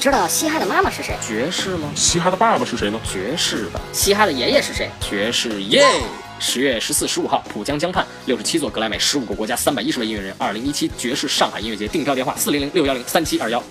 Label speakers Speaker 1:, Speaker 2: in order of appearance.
Speaker 1: 知道嘻哈的妈妈是谁？
Speaker 2: 爵士吗？
Speaker 3: 嘻哈的爸爸是谁呢？
Speaker 2: 爵士吧。嘻哈的爷爷是谁？爵士耶。十月十四、十五号，浦江江畔，六十七座格莱美，十五个国家，三百一十位音乐人，二零一七爵士上海音乐节，订票电话：四零零六幺零三七二幺。